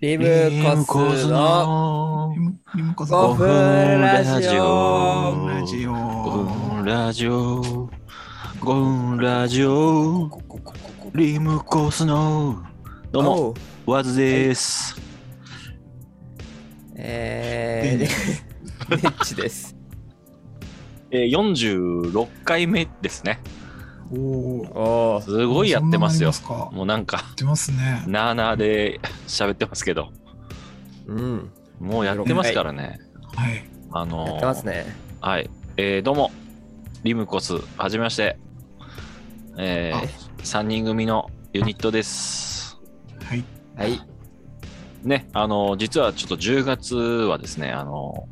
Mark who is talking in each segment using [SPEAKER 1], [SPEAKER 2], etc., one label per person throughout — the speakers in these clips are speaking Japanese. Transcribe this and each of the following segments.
[SPEAKER 1] リム
[SPEAKER 2] リム
[SPEAKER 1] コ
[SPEAKER 2] コ
[SPEAKER 1] ス
[SPEAKER 2] ス
[SPEAKER 1] の
[SPEAKER 2] の
[SPEAKER 3] リムリムコさん
[SPEAKER 1] 5
[SPEAKER 2] 五
[SPEAKER 1] 分ラジ
[SPEAKER 3] 五
[SPEAKER 1] オ
[SPEAKER 3] 分ラジオ。
[SPEAKER 2] ゴンラジオゴンラジオリムコスのどうも
[SPEAKER 1] おう
[SPEAKER 2] ワズです
[SPEAKER 1] えー、
[SPEAKER 3] ね
[SPEAKER 1] ネッチです
[SPEAKER 2] えー46回目ですね
[SPEAKER 3] おー
[SPEAKER 1] おー
[SPEAKER 2] すごいやってますよ
[SPEAKER 3] そんなのありま
[SPEAKER 2] もうなんか
[SPEAKER 3] すかやってますね。
[SPEAKER 2] なあなあで喋ってますけど
[SPEAKER 1] うん
[SPEAKER 2] もうやってますからね
[SPEAKER 3] はい。
[SPEAKER 2] あのー
[SPEAKER 1] やってますね
[SPEAKER 2] はいえーどうもリムコスはじめましてえ
[SPEAKER 3] あ
[SPEAKER 2] 3人組のユニットです
[SPEAKER 3] はい。
[SPEAKER 1] はい
[SPEAKER 2] ね、あの、実はちょっと10月はですね、あの、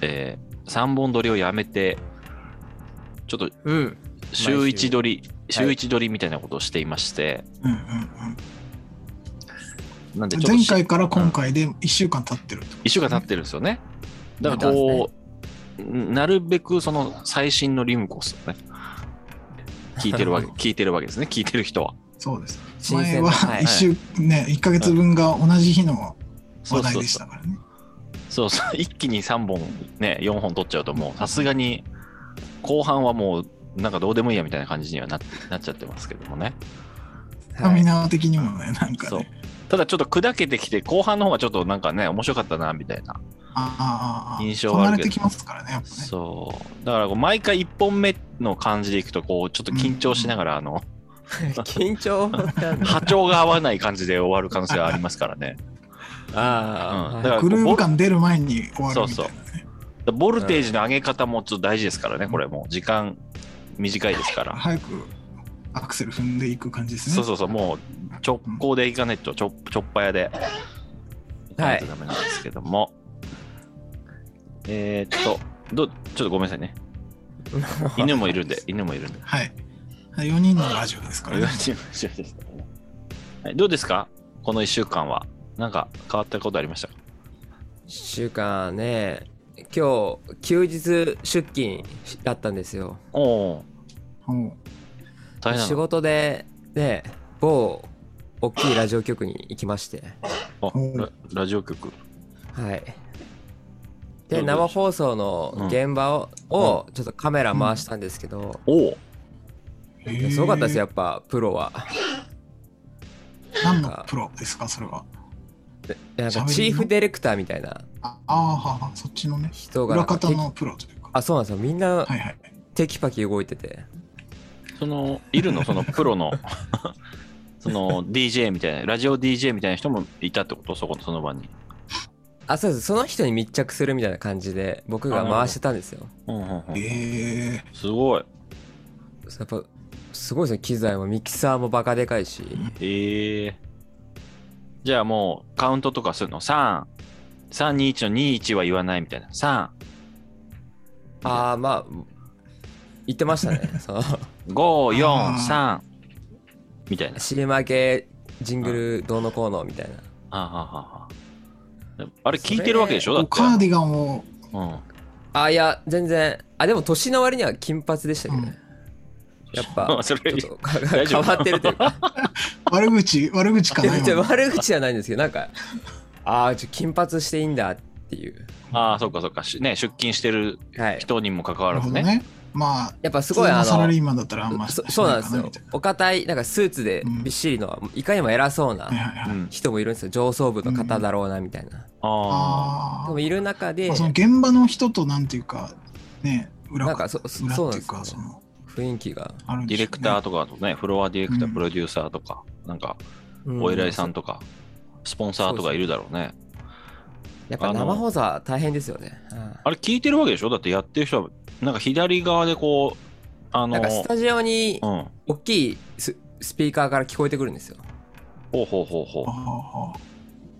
[SPEAKER 2] え3本撮りをやめて、ちょっと
[SPEAKER 1] うん
[SPEAKER 2] 週
[SPEAKER 1] 毎週
[SPEAKER 2] 1撮り、週
[SPEAKER 1] はい
[SPEAKER 2] 1撮りみたいなことをしていまして、
[SPEAKER 3] うんうん
[SPEAKER 2] なんで
[SPEAKER 3] うん。
[SPEAKER 2] ちょっ
[SPEAKER 3] 前
[SPEAKER 2] と
[SPEAKER 3] 回から今回で一週間経ってるってこと
[SPEAKER 2] 1週間経ってるんですよね。だからこう、なるべくその最新のリムコスをね、聞いてる わけ、
[SPEAKER 3] なる
[SPEAKER 2] 聞いてるわけですね、聞いてる人は。
[SPEAKER 3] そうです。
[SPEAKER 1] 新
[SPEAKER 3] 前
[SPEAKER 1] 鮮な
[SPEAKER 3] は
[SPEAKER 1] はい
[SPEAKER 2] い
[SPEAKER 3] 一週、ね、一ヶ月分が同じ日の
[SPEAKER 2] そ
[SPEAKER 3] 話
[SPEAKER 2] う
[SPEAKER 3] 題
[SPEAKER 2] そう
[SPEAKER 3] でし
[SPEAKER 2] そ
[SPEAKER 3] た
[SPEAKER 2] う。
[SPEAKER 3] からね。
[SPEAKER 2] そうそう 一気に3本、ね、4本撮っちゃうと、もうさすがに後半はもう、なんかどうでもいいやみたいな感じにはなっなっちゃってますけどもね。
[SPEAKER 3] スタミナ的にもね、なんか
[SPEAKER 2] そう
[SPEAKER 3] ね。
[SPEAKER 2] ただちょっと砕けてきて後半の方がちょっとなんかね面白かったなみたいな
[SPEAKER 3] ああああああ。
[SPEAKER 2] 印象はあ
[SPEAKER 3] 離
[SPEAKER 2] る
[SPEAKER 3] れ
[SPEAKER 2] けど
[SPEAKER 3] てきますからね、やっぱね。
[SPEAKER 2] そうだからこう毎回1本目の感じでいくとこうちょっと緊張しながらあの
[SPEAKER 1] 緊張なんだ
[SPEAKER 2] 波長が合わない感じで終わる可能性はありますからね
[SPEAKER 1] あー、
[SPEAKER 2] うんだから
[SPEAKER 3] グルーヴ感出る前に 終わるみたいなね。
[SPEAKER 2] ボルテージの上げ方もちょっと大事ですからねこれもう時間短いですから
[SPEAKER 3] 早くアクセル踏んでいく感じですね。
[SPEAKER 2] そうそうそうもう直行でいかないとちょちょっぱやでいかないとダメなんですけども、えー、っとどちょっとごめんなさいね犬もいるんで犬もいるんで
[SPEAKER 3] はい。4人のラジオですからね。
[SPEAKER 2] はいどうですかこの1週間は。なんか変わったことありましたか
[SPEAKER 1] 1週間ね今日休日出勤だったんですよ
[SPEAKER 2] おお、
[SPEAKER 3] おう
[SPEAKER 2] 大変
[SPEAKER 1] 仕
[SPEAKER 2] なの。
[SPEAKER 1] 事でね某大きいラジオ局に行きまして
[SPEAKER 2] あララジオ局。
[SPEAKER 1] はい。
[SPEAKER 2] どういうことでしょ
[SPEAKER 1] で、
[SPEAKER 2] う
[SPEAKER 1] 生放送の現場を,、をちょっとカメラ回したんですけど、
[SPEAKER 2] おお、
[SPEAKER 3] へえ
[SPEAKER 1] すごかったですよ、やっぱプロは。
[SPEAKER 3] 何のプロですか、それは。
[SPEAKER 1] なんかチーフディレクターみたいな
[SPEAKER 3] ああはは、そっちのね。
[SPEAKER 1] 人がな
[SPEAKER 3] 裏
[SPEAKER 1] んか
[SPEAKER 3] 方のプロというか。
[SPEAKER 1] あ、そうなんですよ。みんな
[SPEAKER 3] はいはい。
[SPEAKER 1] テキパキ動いてて。
[SPEAKER 2] その、いるのそのプロの、 その DJ みたいな、ラジオ DJ みたいな人もいたってことそこのその場に。
[SPEAKER 1] あ、そうです。その人に密着するみたいな感じで僕が回してたんですよ。
[SPEAKER 2] うんうんうん
[SPEAKER 3] ええ
[SPEAKER 2] すごい。
[SPEAKER 1] やっぱすごいですね。機材もミキサーもバカでかいし。
[SPEAKER 2] ええじゃあもうカウントとかするの ?3、3、2、1の21は言わないみたいな。3、
[SPEAKER 1] ああ、まあ、言ってましたね。 その、
[SPEAKER 2] 5、
[SPEAKER 3] あ
[SPEAKER 2] 4、3、
[SPEAKER 3] ー
[SPEAKER 2] みたいな。
[SPEAKER 1] CM 明け、ジングルどうのこうのみたいな。
[SPEAKER 2] あああああれ聞いてるわけでしょだっ
[SPEAKER 3] お
[SPEAKER 2] て。
[SPEAKER 3] カーディガンを
[SPEAKER 2] うん、、
[SPEAKER 1] あ、いや、全然。あ、でも年の割には金髪でしたけどね。やっぱ
[SPEAKER 2] それ
[SPEAKER 1] ちょっとか
[SPEAKER 2] 大丈
[SPEAKER 1] 変
[SPEAKER 2] 夫
[SPEAKER 1] わってるというか、
[SPEAKER 3] 悪口、悪口か な
[SPEAKER 1] じゃ
[SPEAKER 3] 今
[SPEAKER 1] 悪口じゃないんですけど、なんか、ああ、ちょ金髪していいんだっていう。
[SPEAKER 2] ああ、そっかそっか。しね、出勤してる
[SPEAKER 1] はい。
[SPEAKER 2] 人にも関わ
[SPEAKER 3] なる
[SPEAKER 2] ら
[SPEAKER 3] ほ
[SPEAKER 2] ず
[SPEAKER 3] ど
[SPEAKER 2] ね。
[SPEAKER 3] ね。まあ、
[SPEAKER 1] やっぱす
[SPEAKER 3] す
[SPEAKER 1] ご
[SPEAKER 3] ご
[SPEAKER 1] い
[SPEAKER 3] い
[SPEAKER 1] あ
[SPEAKER 3] サラリ
[SPEAKER 1] の、
[SPEAKER 3] ーマンだったらあんま
[SPEAKER 1] そそうなんです
[SPEAKER 3] し
[SPEAKER 1] よ
[SPEAKER 3] いかみたい。
[SPEAKER 1] お堅い、なんかスーツでびっしりの、いかにも偉そう
[SPEAKER 3] なはい
[SPEAKER 1] な
[SPEAKER 3] はいはい。
[SPEAKER 2] うん、
[SPEAKER 1] 人もいるんですよ。上層部の方だろうな、みたいな。
[SPEAKER 2] あ
[SPEAKER 3] あ
[SPEAKER 1] で
[SPEAKER 3] あ
[SPEAKER 1] もいる中で
[SPEAKER 3] まあ、その現場の人となんていうか、ね、裏
[SPEAKER 1] なんかそそ
[SPEAKER 3] 裏
[SPEAKER 1] そう
[SPEAKER 3] っ
[SPEAKER 1] な
[SPEAKER 3] て
[SPEAKER 1] んで
[SPEAKER 3] いう
[SPEAKER 1] すよ
[SPEAKER 3] か、
[SPEAKER 1] ね
[SPEAKER 3] その、
[SPEAKER 1] 雰囲気が。
[SPEAKER 3] あるん
[SPEAKER 2] ディ
[SPEAKER 3] で
[SPEAKER 2] レ
[SPEAKER 3] しょう
[SPEAKER 2] ク
[SPEAKER 3] ね
[SPEAKER 2] ターとかとね、フロアディレクター、
[SPEAKER 3] うん
[SPEAKER 2] プロデューサーとか、なんか
[SPEAKER 1] うん
[SPEAKER 2] お偉いさんとか、スポンサーとかいるだろうね。
[SPEAKER 1] やっぱ生放送は大変ですよね。うん
[SPEAKER 2] あれ聞いてるわけでしょだってやってる人は、なんか左側でこう、あの
[SPEAKER 1] なんかスタジオに
[SPEAKER 2] うん、
[SPEAKER 1] 大きいススピーカーから聞こえてくるんですよ
[SPEAKER 2] ほうほうほうほ
[SPEAKER 3] ああああ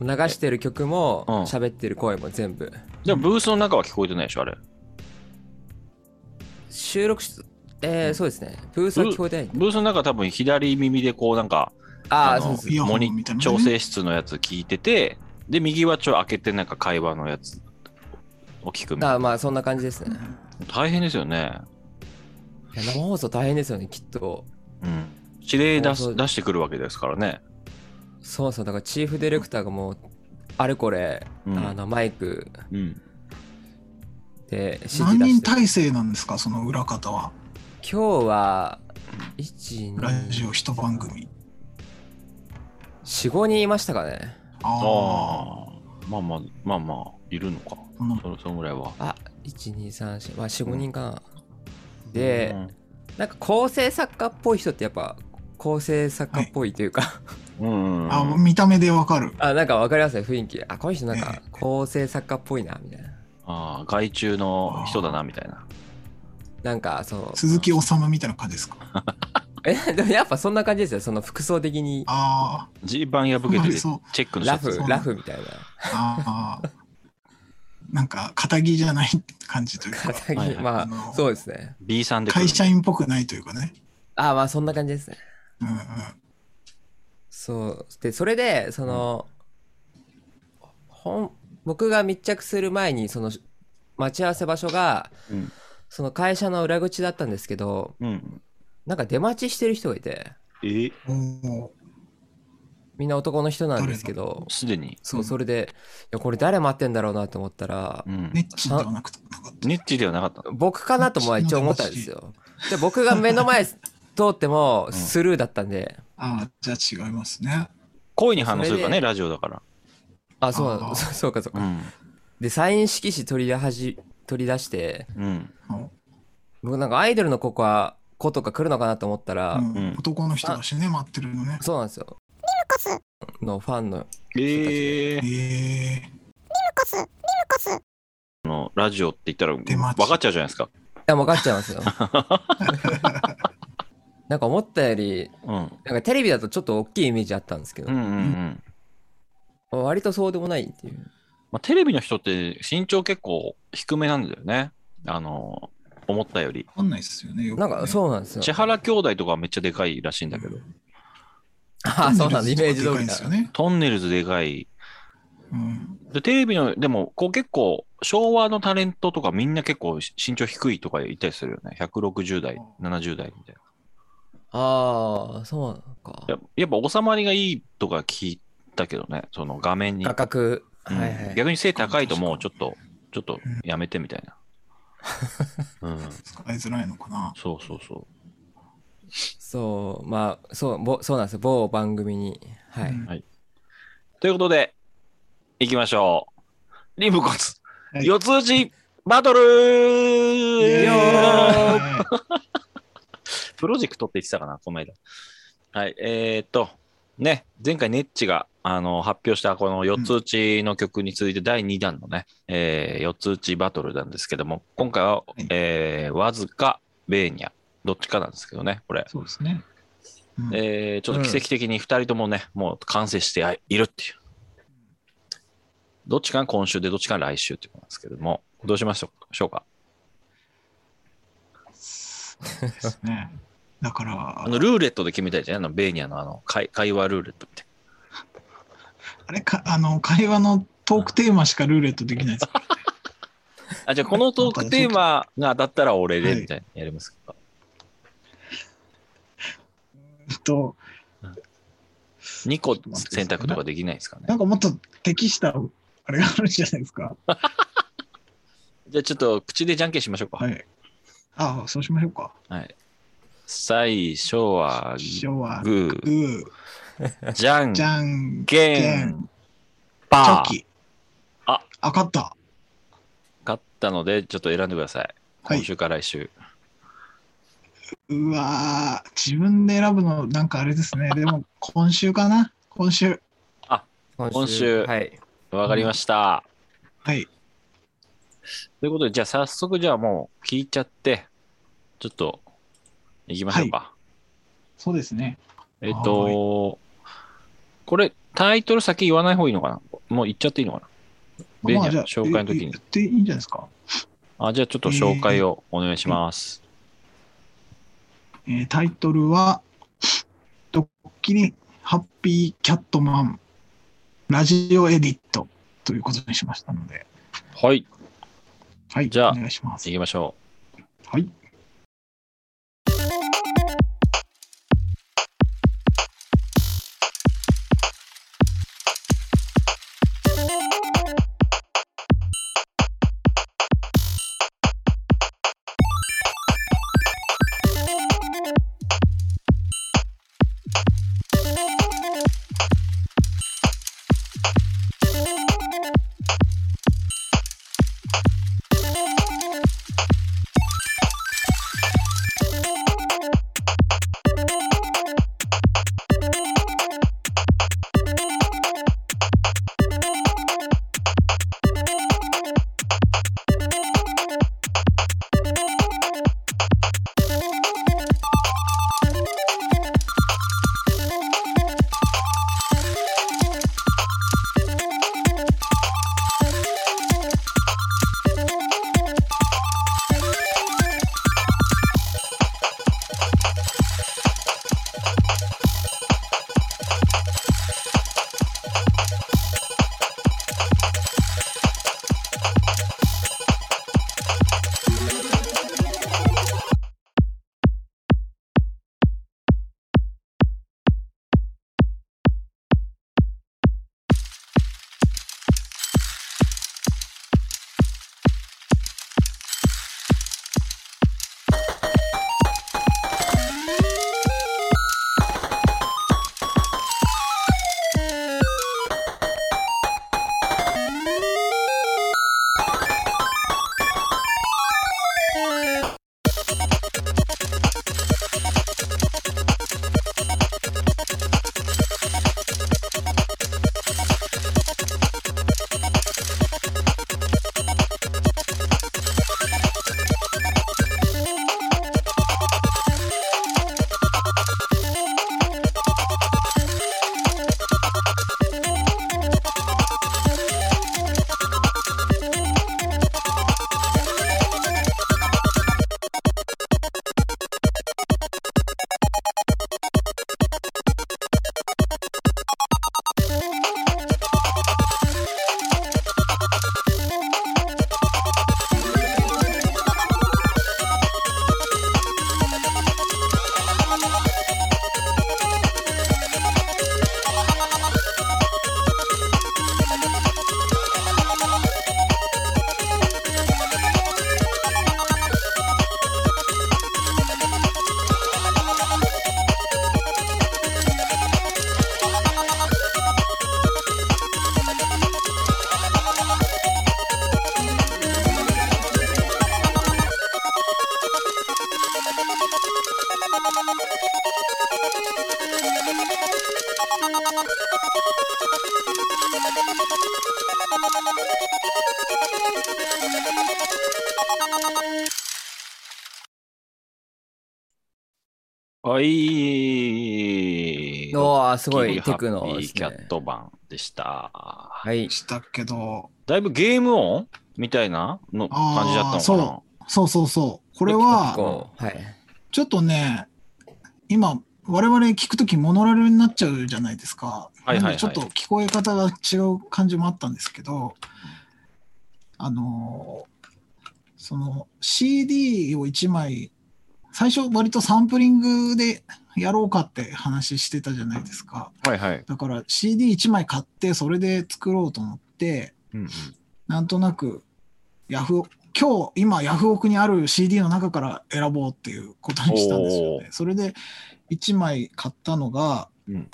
[SPEAKER 1] 流してる曲も
[SPEAKER 2] うん
[SPEAKER 1] 喋ってる声も全部
[SPEAKER 2] う。でもブースの中は聞こえてないでしょあれ。
[SPEAKER 1] 収録しえー、そうですねブースは聞こえてないんで
[SPEAKER 2] ブースの中は多分左耳でこう、なんか、
[SPEAKER 1] あ
[SPEAKER 2] あ
[SPEAKER 1] あ
[SPEAKER 2] の
[SPEAKER 1] そうです
[SPEAKER 3] イヤホ
[SPEAKER 2] モ
[SPEAKER 3] ン
[SPEAKER 2] ニ
[SPEAKER 3] みたいなね
[SPEAKER 2] 調整室のやつ聞いてて、で、右はちょい開けて、なんか会話のやつを聞くみたい
[SPEAKER 1] あーまあそんな感じですね
[SPEAKER 2] な。大変ですよね。
[SPEAKER 1] いや生放送大変ですよねきっと
[SPEAKER 2] うん。指令出
[SPEAKER 1] そうそ
[SPEAKER 2] す
[SPEAKER 1] う
[SPEAKER 2] 出してくるわけですからね。
[SPEAKER 1] そうそうだからチーフディレクターがもうあれこれ、
[SPEAKER 2] うん
[SPEAKER 1] あのマイク
[SPEAKER 2] うん。
[SPEAKER 1] で指示
[SPEAKER 3] 何
[SPEAKER 1] 出し
[SPEAKER 3] 人
[SPEAKER 1] て今
[SPEAKER 3] 体制なんですか、その裏方は。
[SPEAKER 1] 日は
[SPEAKER 3] ラジ
[SPEAKER 1] 1
[SPEAKER 3] オ一番組。
[SPEAKER 1] 45人いましたかね
[SPEAKER 2] あ
[SPEAKER 3] ああ。
[SPEAKER 2] あ。まあまあ、まあまあ、いるのか。
[SPEAKER 3] そんな
[SPEAKER 2] そそのぐらいは。
[SPEAKER 1] あ1234まあ45人かな、で
[SPEAKER 2] うん
[SPEAKER 1] なんか構成作家っぽい人ってやっぱ構成作家っぽいというか、
[SPEAKER 2] うんうん。
[SPEAKER 3] あ見た目でわかる。
[SPEAKER 1] あなんかわかりますね雰囲気あこの人なんか構成作家っぽいなみたいな
[SPEAKER 2] ああ、害虫の人だな、みたいな。
[SPEAKER 1] なんかその
[SPEAKER 3] 鈴木おさむみたいな感じですか。
[SPEAKER 1] え でもやっぱそんな感じですよその服装的に
[SPEAKER 3] あ
[SPEAKER 2] ジーパン破けてて、チ
[SPEAKER 3] そ
[SPEAKER 2] ェッ
[SPEAKER 3] う
[SPEAKER 2] クのシ
[SPEAKER 1] ラ
[SPEAKER 2] ャツ
[SPEAKER 1] フ
[SPEAKER 3] そう
[SPEAKER 1] ラフみたいな
[SPEAKER 3] あ、ああ。 なんか、肩着じゃない感じというか、
[SPEAKER 1] 肩着、
[SPEAKER 2] はいはい
[SPEAKER 1] ま
[SPEAKER 3] あ
[SPEAKER 1] あ
[SPEAKER 3] の
[SPEAKER 1] そうですね
[SPEAKER 2] B さんで来る
[SPEAKER 3] 会社員っぽくないというかね。
[SPEAKER 1] あまあそんな感じですね
[SPEAKER 3] うんうん。
[SPEAKER 1] そうでそれでその、本僕が密着する前にその待ち合わせ場所が
[SPEAKER 2] うん
[SPEAKER 1] その会社の裏口だったんですけど
[SPEAKER 2] うん。
[SPEAKER 1] なんか出待ちしてる人がいて
[SPEAKER 2] え
[SPEAKER 3] おお。
[SPEAKER 1] みんな男の人なんですけど
[SPEAKER 2] すでに。
[SPEAKER 1] そううんそれでいやこれ誰待ってんだろうなと思ったら
[SPEAKER 2] うん。
[SPEAKER 3] ネッチではなくて、なんか
[SPEAKER 2] ネッチではなかったの。
[SPEAKER 1] 僕かなとも一応思ったんですよで僕が目の前通ってもスルーだったんで、
[SPEAKER 3] ああ、じゃあ違いますね。
[SPEAKER 2] 声に反応するから
[SPEAKER 1] それ
[SPEAKER 2] ね、ラジオだから。
[SPEAKER 1] あそう
[SPEAKER 3] あ
[SPEAKER 1] な
[SPEAKER 3] ー
[SPEAKER 1] そうそうかそう
[SPEAKER 2] う
[SPEAKER 1] か
[SPEAKER 2] ん。
[SPEAKER 1] でサイン色紙取り出し取り出して
[SPEAKER 2] うん。
[SPEAKER 3] うん
[SPEAKER 1] 僕なんかアイドルの子か子とか来るのかなと思ったら、
[SPEAKER 2] うん
[SPEAKER 3] 男の人だしね、待ってるのね。
[SPEAKER 1] そうなんですよのファンの
[SPEAKER 2] ええ。
[SPEAKER 3] ええ
[SPEAKER 2] あのラジオって言ったら
[SPEAKER 3] 出待ち
[SPEAKER 2] 分かっちゃうじゃないですか。
[SPEAKER 1] いや分かっちゃいますよなんか思ったより
[SPEAKER 2] うん。
[SPEAKER 1] なんかテレビだとちょっと大きいイメージあったんですけど
[SPEAKER 2] うんう、んうん。
[SPEAKER 1] 割とそうでもないっていう
[SPEAKER 2] まあ、テレビの人って身長結構低めなんだよね。あの、思ったより。
[SPEAKER 3] わかんないですよね。よく
[SPEAKER 1] なん
[SPEAKER 3] ね
[SPEAKER 1] かそうなんですよ
[SPEAKER 2] 千原兄弟とかはめっちゃでかいらしいんだけど、
[SPEAKER 1] あーそう なんだイメージ
[SPEAKER 3] で
[SPEAKER 1] 通
[SPEAKER 3] かい
[SPEAKER 1] り
[SPEAKER 3] ん
[SPEAKER 1] だ
[SPEAKER 3] ですよね。
[SPEAKER 2] トンネルズでかい。
[SPEAKER 3] うん。
[SPEAKER 2] で、テレビの、でも、こう結構、昭和のタレントとかみんな結構し身長低いとか言ったりするよね。160代、70代みたいな。
[SPEAKER 1] ああそうなのか
[SPEAKER 2] ややっぱ収まりがいいとか聞いたけどね、その画面に。
[SPEAKER 1] 画角
[SPEAKER 2] うん
[SPEAKER 1] はいはい、
[SPEAKER 2] 逆に背高いともうちょっと、ちょっとやめてみたいな。うん。
[SPEAKER 3] 使いづらいのかな。
[SPEAKER 2] そうそうそう。
[SPEAKER 1] そうまあそうぼそうなんですよ某番組にはい、
[SPEAKER 3] うん
[SPEAKER 2] ということで、行きましょう。リムコツ、
[SPEAKER 3] はい
[SPEAKER 2] 四つ打ちバトル
[SPEAKER 3] イエ
[SPEAKER 2] ー
[SPEAKER 3] ーイ
[SPEAKER 2] プロジェクトって言ってたかな、この間。はい、えー、っと、ね、前回ネッチがあの発表したこの四つ打ちの曲に続いて第2弾のね、えー四つ打ちバトルなんですけども、今回は、
[SPEAKER 3] い
[SPEAKER 2] えーわずか、ベーニャ、どっちかなんですけどね、これ。
[SPEAKER 3] そうですね。うん
[SPEAKER 2] えーちょっと奇跡的に2人ともね、もう完成しているっていう。どっちかが今週で、どっちかが来週ってことなんですけども、どうしましょうか。
[SPEAKER 3] そうですね。だから、
[SPEAKER 2] あのルーレットで決めたいじゃん、あのベーニャのあの会会話ルーレットみたい
[SPEAKER 3] あれか、あの、会話のトークテーマしかルーレットできないです。
[SPEAKER 2] な。あ、じゃあこのトークテーマが当たったら俺でみたいなやりますか。
[SPEAKER 3] えっと、
[SPEAKER 2] 2個選択とかできないですか
[SPEAKER 3] な
[SPEAKER 2] ね
[SPEAKER 3] ん。かもっと適した、あれがあるじゃないですか。
[SPEAKER 2] じゃあちょっと口でじゃんけんしましょうか。
[SPEAKER 3] は
[SPEAKER 2] はい。
[SPEAKER 3] い。ああ、そうしましょうか。
[SPEAKER 2] 最初は
[SPEAKER 3] 師匠は、グ
[SPEAKER 2] グ
[SPEAKER 3] ー、
[SPEAKER 2] ー、じゃん
[SPEAKER 3] じゃん、
[SPEAKER 2] け
[SPEAKER 3] け
[SPEAKER 2] ん、
[SPEAKER 3] ん、チ
[SPEAKER 2] パ
[SPEAKER 3] ョ
[SPEAKER 2] ー。
[SPEAKER 3] キ。
[SPEAKER 2] あ、
[SPEAKER 3] あ、勝った。
[SPEAKER 2] 勝ったので、ちょっと選んでください。
[SPEAKER 3] はい
[SPEAKER 2] 今週か来週。
[SPEAKER 3] うわー、自分で選ぶの、なんかあれですね。でも、今週かな今週。
[SPEAKER 2] 今週
[SPEAKER 1] はい
[SPEAKER 2] わかりました。
[SPEAKER 3] はい。
[SPEAKER 2] ということで、じゃあ早速、じゃあもう聞いちゃって、ちょっと、行きましょうか。
[SPEAKER 3] そうですね。
[SPEAKER 2] えっ、と、これ、タイトル先言わない方がいいのかなもう言っちゃっていいのかベーニャ
[SPEAKER 3] じゃあ
[SPEAKER 2] 紹介の時に
[SPEAKER 3] え言っていいんじゃないですか。
[SPEAKER 2] なあ、じゃあちょっと紹介をお願いします。
[SPEAKER 3] えータイトルは、ドッキリハッピーキャットマンラジオエディットということにしましたので、
[SPEAKER 2] はい、
[SPEAKER 3] はい、
[SPEAKER 2] じゃあ
[SPEAKER 3] お願いします
[SPEAKER 2] 行。きましょ
[SPEAKER 3] はい。
[SPEAKER 4] 「ドッキリハッピーキャットマン」
[SPEAKER 2] はい。
[SPEAKER 1] おーすご
[SPEAKER 2] ロッキ
[SPEAKER 1] い
[SPEAKER 2] ーハ
[SPEAKER 1] テ
[SPEAKER 2] ッピ
[SPEAKER 1] クノで
[SPEAKER 2] ー
[SPEAKER 1] す
[SPEAKER 2] キャ
[SPEAKER 1] ね
[SPEAKER 2] ッ。ト版でした。
[SPEAKER 1] はい。
[SPEAKER 3] したけど、
[SPEAKER 2] だいぶゲーム音みたいなの
[SPEAKER 3] あー
[SPEAKER 2] 感じだったのかな
[SPEAKER 3] そそうそうそう。これ
[SPEAKER 2] 結構
[SPEAKER 3] は、
[SPEAKER 1] こう、はい。
[SPEAKER 3] ちょっとね、今、我々聞くときモノラルになっちゃうじゃないですか。
[SPEAKER 2] はいはいはい
[SPEAKER 3] なんでちょっと聞こえ方が違う感じもあったんですけど、あのーその CD を1枚、最初割とサンプリングでやろうかって話してたじゃないですか。
[SPEAKER 2] はいはい。
[SPEAKER 3] だから CD1 枚買って、それで作ろうと思って、
[SPEAKER 2] うんうん
[SPEAKER 3] なんとなく、ヤフオ、今日、今、ヤフオクにある CD の中から選ぼうっていうことにしたんですよね。それで、1枚買ったのが、
[SPEAKER 2] うん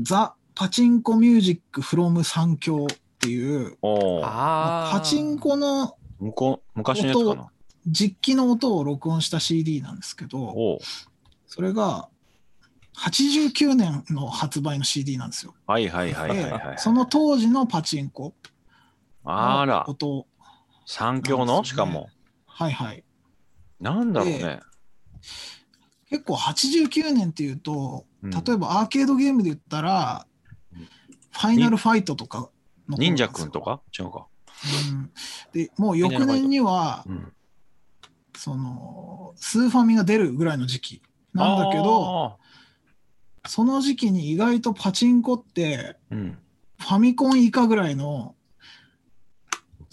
[SPEAKER 3] ザ・パチンコミュージック・フロム三強っていう、
[SPEAKER 2] おー
[SPEAKER 1] ああ。
[SPEAKER 3] パチンコの
[SPEAKER 2] 向こう昔のやつかな。
[SPEAKER 3] 実機の音を録音した CD なんですけど、
[SPEAKER 2] おー
[SPEAKER 3] それが、89年の発売の CD なんですよ。
[SPEAKER 2] はいはいはいはい
[SPEAKER 3] で
[SPEAKER 2] はい。
[SPEAKER 3] その当時のパチンコ
[SPEAKER 2] あ
[SPEAKER 3] の
[SPEAKER 2] ら、
[SPEAKER 3] 音を、
[SPEAKER 2] 三強の、
[SPEAKER 3] なんです
[SPEAKER 2] し
[SPEAKER 3] よね
[SPEAKER 2] かも。
[SPEAKER 3] はいはい。
[SPEAKER 2] なんだろうね。
[SPEAKER 3] 結構89年っていうと、
[SPEAKER 2] うん
[SPEAKER 3] 例えばアーケードゲームで言ったら、
[SPEAKER 2] うん
[SPEAKER 3] ファイナルファイトとかの
[SPEAKER 2] 忍者くんとか違うか。
[SPEAKER 3] うんでもう翌年には
[SPEAKER 2] う、ん
[SPEAKER 3] そのスーファミが出るぐらいの時期なんだけ
[SPEAKER 2] あ
[SPEAKER 3] ど、その時期に意外とパチンコって
[SPEAKER 2] ーうん
[SPEAKER 3] ファミコン以下ぐらいの、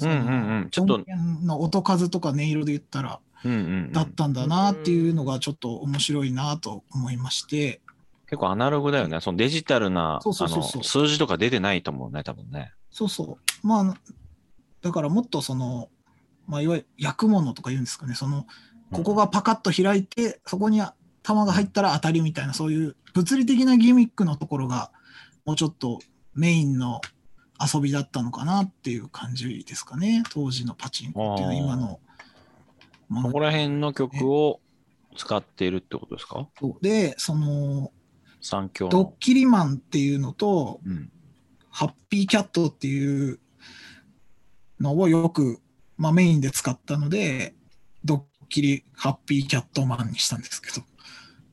[SPEAKER 2] うんうんうん。ちょっと
[SPEAKER 3] 音、源の音数とか音色で言ったら、
[SPEAKER 2] うんうんうん
[SPEAKER 3] だったんだなっていうのがちょっと面白いなと思いまして、
[SPEAKER 2] 結構アナログだよね。そのデジタルな
[SPEAKER 3] そうそうそうそう
[SPEAKER 2] あの数字とか出てないと思うね、多分ね。
[SPEAKER 3] そうそう。まあ、だからもっとその、まあ、いわゆる焼くものとか言うんですかね、その、ここがパカッと開いて、そこに弾が入ったら当たりみたいな、そういう物理的なギミックのところが、もうちょっとメインの遊びだったのかなっていう感じですかね、当時のパチンコっていうのは
[SPEAKER 2] あー
[SPEAKER 3] 今のも
[SPEAKER 2] そ
[SPEAKER 3] の
[SPEAKER 2] こら辺の曲を使っているってことですか
[SPEAKER 3] と。で、その、
[SPEAKER 2] 三強
[SPEAKER 3] ド
[SPEAKER 2] の。
[SPEAKER 3] ッキリマンっていうのと、
[SPEAKER 2] うん
[SPEAKER 3] ハッピーキャットっていうのをよく、まあ、メインで使ったので、ドッキリハッピーキャットマンにしたんですけど。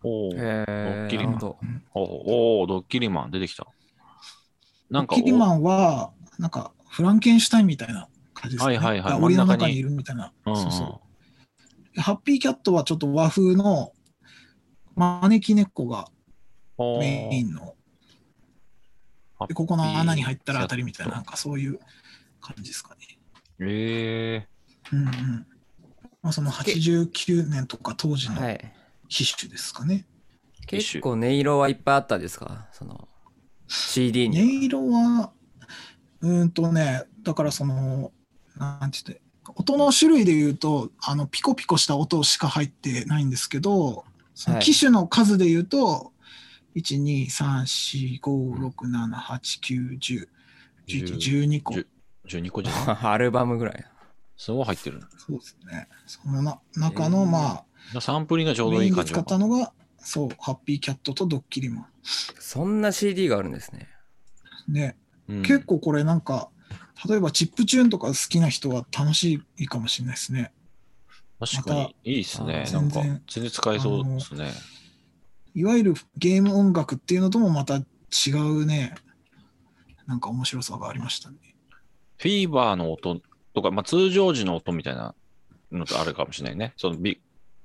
[SPEAKER 2] おー
[SPEAKER 1] へ
[SPEAKER 2] ドッ
[SPEAKER 1] え。
[SPEAKER 2] キリ
[SPEAKER 1] な
[SPEAKER 2] マ
[SPEAKER 1] る
[SPEAKER 2] ン
[SPEAKER 1] ほど。
[SPEAKER 2] おーおードッキリマン出てきた。なんか
[SPEAKER 3] ドッキリマ
[SPEAKER 2] ン、
[SPEAKER 3] ンは、なんかフランケンシュタインみたいな感じですね。
[SPEAKER 2] はいはいはい
[SPEAKER 3] が檻の
[SPEAKER 2] 真ん中
[SPEAKER 3] 中
[SPEAKER 2] に
[SPEAKER 3] にいるみたいな。
[SPEAKER 2] うんうん
[SPEAKER 3] そうそうハッピーキャットはちょっと和風の招き猫が
[SPEAKER 2] おー
[SPEAKER 3] メインの、
[SPEAKER 2] ハッピー
[SPEAKER 3] でここの穴に入ったら当たりみたいな、なんかそういう感じですかね。
[SPEAKER 2] え
[SPEAKER 3] うんうん。まあ、その89年とか当時の
[SPEAKER 1] はい。
[SPEAKER 3] 機種ですかね。
[SPEAKER 1] 結構音色はいっぱいあったですかその CD
[SPEAKER 3] 音
[SPEAKER 1] に。
[SPEAKER 3] 色は、うーんとね、だからその、なんて言って、音の種類で言うと、あの、ピコピコした音しか入ってないんですけど、その
[SPEAKER 1] はい
[SPEAKER 3] 機種の数で言うと、1、2、3、4、5、6、7、8、9、10、11、12個。
[SPEAKER 2] 10 12個じゃない
[SPEAKER 1] アルバムぐらい。
[SPEAKER 2] すごい入ってる。
[SPEAKER 3] そうですね。そのな中の、ま
[SPEAKER 2] サンプリンがち
[SPEAKER 3] あ、
[SPEAKER 2] ょうど
[SPEAKER 3] メ
[SPEAKER 2] い
[SPEAKER 3] イ
[SPEAKER 2] い
[SPEAKER 3] ンで
[SPEAKER 2] 感じ
[SPEAKER 3] 使ったのが、そう、ハッピーキャットとドッキリマン。
[SPEAKER 1] そんな CD があるんですね。
[SPEAKER 3] ね、
[SPEAKER 2] うん
[SPEAKER 3] 結構これなんか、例えばチップチューンとか好きな人は楽しいかもしれないですね。
[SPEAKER 2] 確か
[SPEAKER 3] また
[SPEAKER 2] に、いいですね。
[SPEAKER 1] あ
[SPEAKER 2] なんか
[SPEAKER 3] 全然、
[SPEAKER 2] 全然使えそうですね。
[SPEAKER 3] いわゆるゲーム音楽っていうのともまた違うね、なんか面白さがありましたね。
[SPEAKER 2] フィーバーの音とか、まあ、通常時の音みたいなのとあるかもしれないね。そのビ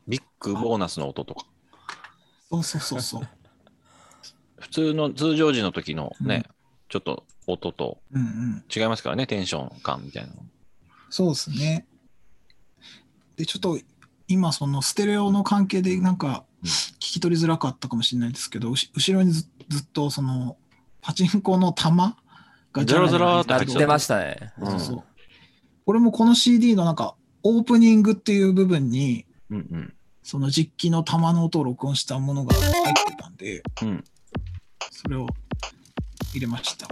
[SPEAKER 2] ビッグボーナスの音とか、
[SPEAKER 3] そうそうそうそう。
[SPEAKER 2] 普通の通常時の時のね、ちょっと音と
[SPEAKER 3] うんうん。
[SPEAKER 2] 違いますからね、テンション感みたいなの。
[SPEAKER 3] そうですね。で、ちょっと今、そのステレオの関係で、なんか
[SPEAKER 2] うん
[SPEAKER 3] 聞き取りづらかったかもしれないですけど、うし後ろにずずっと、その、パチンコの玉が
[SPEAKER 2] ザラザラーって
[SPEAKER 1] な
[SPEAKER 2] 入
[SPEAKER 1] ってま
[SPEAKER 3] し
[SPEAKER 1] したね。
[SPEAKER 2] た
[SPEAKER 3] そうそう。これもこの CD のなんか、オープニングっていう部分に、
[SPEAKER 2] うんうん。
[SPEAKER 3] その実機の玉の音を録音したものが入ってたんで、
[SPEAKER 2] うん。
[SPEAKER 3] それを入れました。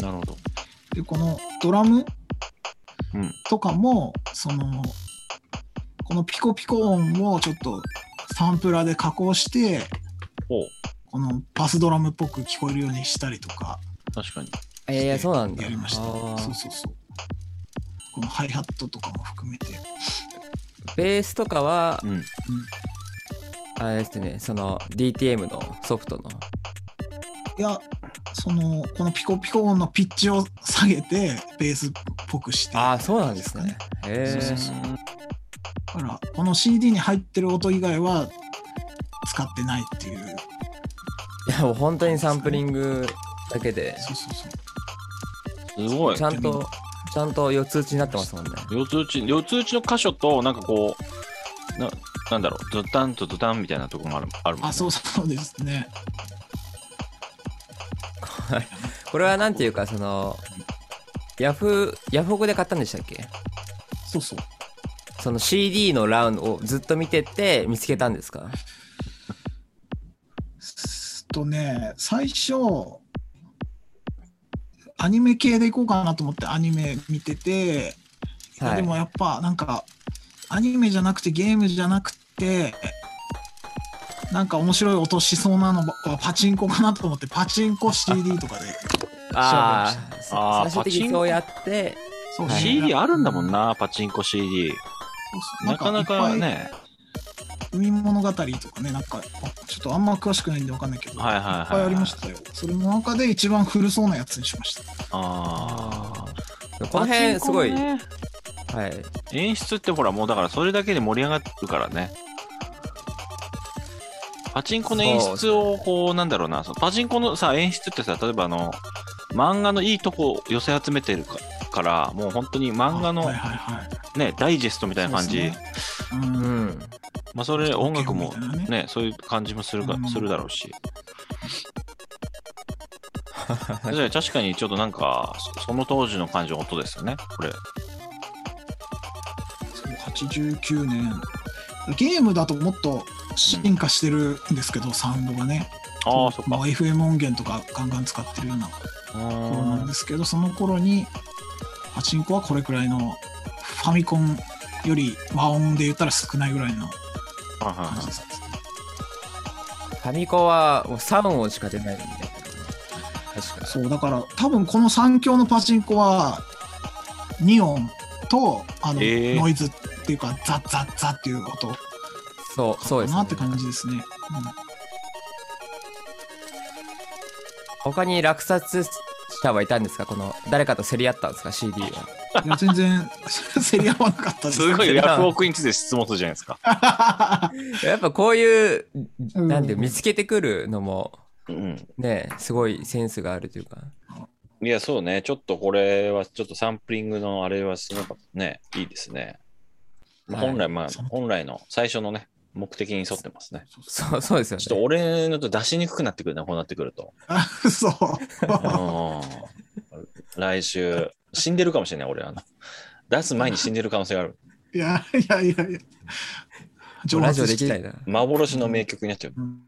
[SPEAKER 2] なるほど。
[SPEAKER 3] で、このドラム
[SPEAKER 2] うん。
[SPEAKER 3] とかもそのこのピコピコ音をちょっとサンプラーで加工して
[SPEAKER 2] おう
[SPEAKER 3] このバスドラムっぽく聞こえるようにしたりとか
[SPEAKER 2] 確かに。
[SPEAKER 1] ええー、そうなんだ。
[SPEAKER 3] やりました
[SPEAKER 1] あー
[SPEAKER 3] そうそうそうこのハイハットとかも含めて
[SPEAKER 1] ベースとかは、
[SPEAKER 2] うん。
[SPEAKER 1] あれですね、その DTM のソフトの。
[SPEAKER 3] いやそのこのピコピコ音のピッチを下げてベースっぽくして
[SPEAKER 1] ああ、そうなんですね。へ
[SPEAKER 3] そうそう
[SPEAKER 1] え
[SPEAKER 3] そう。だからこの CD に入ってる音以外は使ってないっていう
[SPEAKER 1] いや、もう本当にサンプリングだけで、
[SPEAKER 3] そうそうそう
[SPEAKER 2] すごい
[SPEAKER 1] ち。ゃんと、ちゃんと四つ打ちになってますもんね。
[SPEAKER 2] 四つ打ち、四つ打ちの箇所と、なんかこう、ななんだろう、ドタンとドタンみたいなとこもあるあるもんね
[SPEAKER 3] あそうそうですね
[SPEAKER 1] これはなんていうか、その、ヤフー、ヤフオクで買ったんでしたっけ
[SPEAKER 3] そうそう
[SPEAKER 1] その CD のラウンドをずっと見てて見つけたんですか
[SPEAKER 3] すとね、最初、アニメ系でいこうかなと思ってアニメ見てて、いや
[SPEAKER 1] はい
[SPEAKER 3] でもやっぱなんか、アニメじゃなくてゲームじゃなくて、なんか面白い音しそうなのはパチンコかなと思って、パチンコ CD とかで。
[SPEAKER 1] あ
[SPEAKER 2] あ
[SPEAKER 1] あ、
[SPEAKER 2] ー
[SPEAKER 1] 最終的にそうやって、
[SPEAKER 3] そう
[SPEAKER 1] はい
[SPEAKER 2] CD あるんだもん
[SPEAKER 3] ね。
[SPEAKER 2] な、パチンコ CD。
[SPEAKER 3] そうそう
[SPEAKER 2] なかなか。
[SPEAKER 3] いっ
[SPEAKER 2] ね。
[SPEAKER 3] ぱい海物語とかね、なんか、ちょっとあんま詳しくないんでわかんないけど、
[SPEAKER 2] はいはいはいはい
[SPEAKER 3] いっぱいありましたよ。それの中で一番古そうなやつにしました。
[SPEAKER 2] ああ。
[SPEAKER 1] この辺すごい、
[SPEAKER 2] パチンコもね
[SPEAKER 1] はい。
[SPEAKER 2] 演出ってほら、もうだからそれだけで盛り上がるからね。パチンコの演出をこう、なんだろうな、そのパチンコのさ、演出ってさ、例えばあの、漫画のいいとこ寄せ集めてるかから、もう本当に漫画の
[SPEAKER 3] はいはいはい、
[SPEAKER 2] ね、ダイジェストみたいな感じ。
[SPEAKER 3] そうですね
[SPEAKER 1] う
[SPEAKER 3] うん
[SPEAKER 1] ん。
[SPEAKER 2] まあそれ音楽も
[SPEAKER 3] みたいなね
[SPEAKER 2] ね、そういう感じもするか
[SPEAKER 3] うん
[SPEAKER 2] するだろう し。じゃあ確かにちょっとなんか、そその当時の感じの音ですよね、これ。
[SPEAKER 3] そう89年ゲームだともっと進化してるんですけど、サウンドがね
[SPEAKER 2] ああ、そっ
[SPEAKER 3] ま
[SPEAKER 2] か。
[SPEAKER 3] FM 音源とかガンガン使ってるような
[SPEAKER 2] う
[SPEAKER 3] 頃な
[SPEAKER 2] ー
[SPEAKER 3] ん
[SPEAKER 2] ん
[SPEAKER 3] ですけど、その頃にパチンコはこれくらいのファミコンより和音で言ったら少ないぐらいの
[SPEAKER 2] はいはい
[SPEAKER 3] 感
[SPEAKER 2] はい
[SPEAKER 3] じです、
[SPEAKER 1] ファミコはもう3音しか出ないみたいな。確か
[SPEAKER 3] そうだから多分この3強のパチンコは2音とあの、
[SPEAKER 2] えー
[SPEAKER 3] ノイズっていうかザッザッザッっていう音
[SPEAKER 1] そう、そう
[SPEAKER 3] か
[SPEAKER 1] です、
[SPEAKER 3] なって
[SPEAKER 1] ね。
[SPEAKER 3] 感じですね。うん
[SPEAKER 1] 他に落札者はいたんですかこの、誰かと競り合ったんですか ?CD は。
[SPEAKER 3] いや、全然、 競り合わなかったです。
[SPEAKER 2] すご い、ヤフオクについて質問するじゃないですか。
[SPEAKER 1] やっぱこういう、
[SPEAKER 3] うん
[SPEAKER 1] なんて見つけてくるのも、
[SPEAKER 2] うん。
[SPEAKER 1] ね、すごいセンスがあるというか。
[SPEAKER 2] いや、そうね。ちょっとこれは、ちょっとサンプリングのあれはすごかったね。いいですね。まあ
[SPEAKER 1] はい
[SPEAKER 2] 本来、まあ
[SPEAKER 3] その、
[SPEAKER 2] 本来の最初のね、目的に沿ってますね。
[SPEAKER 1] そう、そうですよ
[SPEAKER 2] ちょっと
[SPEAKER 1] ね。
[SPEAKER 2] 俺のと出しにくくなってくるね、こうなってくると。
[SPEAKER 3] あ、嘘。
[SPEAKER 2] うん来週、死んでるかもしれない、俺。あの出す前に死んでる可能性がある。
[SPEAKER 3] いや、いやいやいや。蒸
[SPEAKER 1] ラ
[SPEAKER 3] 発
[SPEAKER 1] ジオでき
[SPEAKER 3] して
[SPEAKER 1] ないな。
[SPEAKER 2] 幻の名曲になっちゃう。
[SPEAKER 3] うん